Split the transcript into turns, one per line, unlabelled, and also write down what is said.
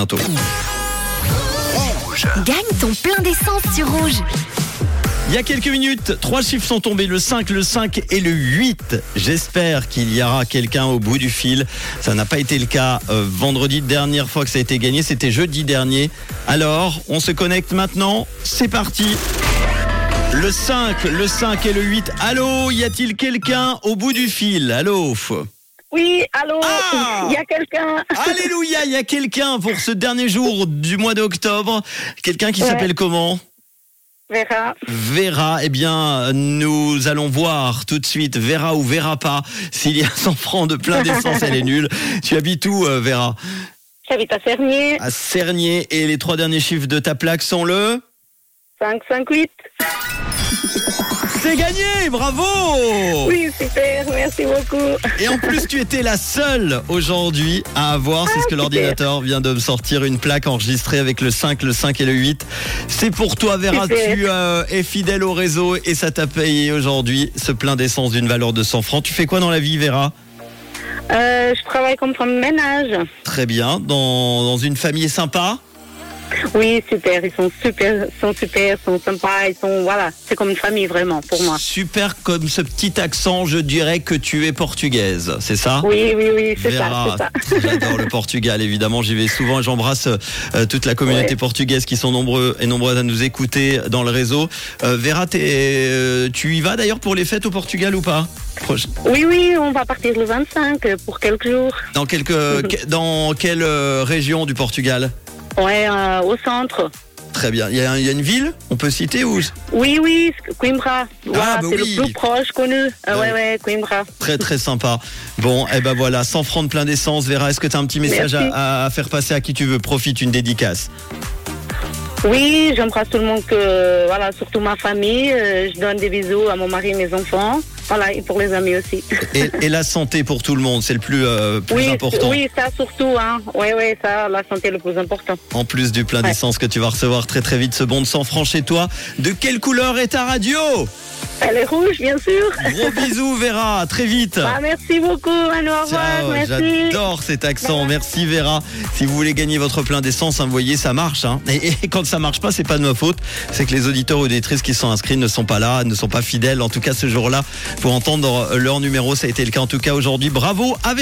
bientôt.
Gagne ton plein d'essence sur rouge.
Il y a quelques minutes, trois chiffres sont tombés, le 5, le 5 et le 8. J'espère qu'il y aura quelqu'un au bout du fil. Ça n'a pas été le cas euh, vendredi, dernière fois que ça a été gagné, c'était jeudi dernier. Alors, on se connecte maintenant, c'est parti. Le 5, le 5 et le 8. Allô, y a-t-il quelqu'un au bout du fil Allô
Oui, allô,
Ah
il y a quelqu'un.
Alléluia, il y a quelqu'un pour ce dernier jour du mois d'octobre. Quelqu'un qui
Ouais.
s'appelle comment
Vera,
Vera, eh bien, nous allons voir tout de suite, Vera ou Vera pas, s'il y a 100 francs de plein d'essence, elle est nulle. Tu habites où, euh, Vera
j'habite à Cernier,
À Cernier, et les trois derniers chiffres de ta plaque sont le...
558.
C'est gagné, bravo Oh.
Oui, super, merci beaucoup.
Et en plus, tu étais la seule aujourd'hui à avoir, c'est ce que l'ordinateur vient de me sortir, une plaque enregistrée avec le 5, le 5 et le 8. C'est pour toi, Vera,
Super.
tu euh, es fidèle au réseau et ça t'a payé aujourd'hui ce plein d'essence d'une valeur de 100 francs. Tu fais quoi dans la vie, Vera
Euh, je travaille comme femme de ménage.
Très bien, dans, dans une famille sympa.
Oui, super, ils sont super, ils sont super, ils sont sympas, ils sont, voilà, c'est comme une famille vraiment pour moi.
Super comme ce petit accent, je dirais que tu es portugaise, c'est ça
Oui, oui, oui, c'est ça,
Vera,
c'est ça.
j'adore le Portugal, évidemment, j'y vais souvent et j'embrasse euh, toute la communauté
Ouais.
portugaise qui sont nombreux et nombreuses à nous écouter dans le réseau. Euh, Vera, t'es, euh, tu y vas d'ailleurs pour les fêtes au Portugal ou pas Proche-
Oui, oui, on va partir le 25 euh, pour quelques jours.
Dans, quelques, que- dans quelle euh, région du Portugal
Ouais, euh, au centre.
Très bien, il y, a il y a une ville, on peut citer où
Oui, oui, Coimbra. Voilà,
bah
c'est
oui. Bah
le plus proche connu. Euh,
Ouais.
ouais, ouais, Coimbra.
Très très sympa. Bon, eh ben voilà, 100 francs de plein d'essence. Vera, est-ce que tu as un petit message
Merci.
à, à faire passer à qui tu veux Profite, une dédicace.
Oui, j'embrasse tout le monde, que, voilà, surtout ma famille. Euh, je donne des bisous à mon mari et mes enfants. Voilà, et pour les amis aussi.
Et, et la santé pour tout le monde, c'est le plus, euh, plus
oui,
important.
oui, ça surtout. Hein. Oui, oui, ça, la santé est le plus important.
En plus du plein
Ouais.
d'essence que tu vas recevoir très très vite, ce bon de 100 francs chez toi. De quelle couleur est ta radio
Elle est rouge, bien sûr.
Gros bisous Vera, à très vite.
Bah, merci beaucoup, Anne, au revoir.
Ciao,
merci.
euh,
Bah,
j'adore cet accent.
Bye.
Merci Vera. Si vous voulez gagner votre plein d'essence, hein, vous voyez, ça marche. hein. Et, et quand ça marche pas, c'est pas de ma faute. C'est que les auditeurs ou auditrices qui sont inscrits ne sont pas là, ne sont pas fidèles. En tout cas, ce jour-là, pour entendre leur numéro, ça a été le cas. En tout cas, aujourd'hui, bravo à Vera.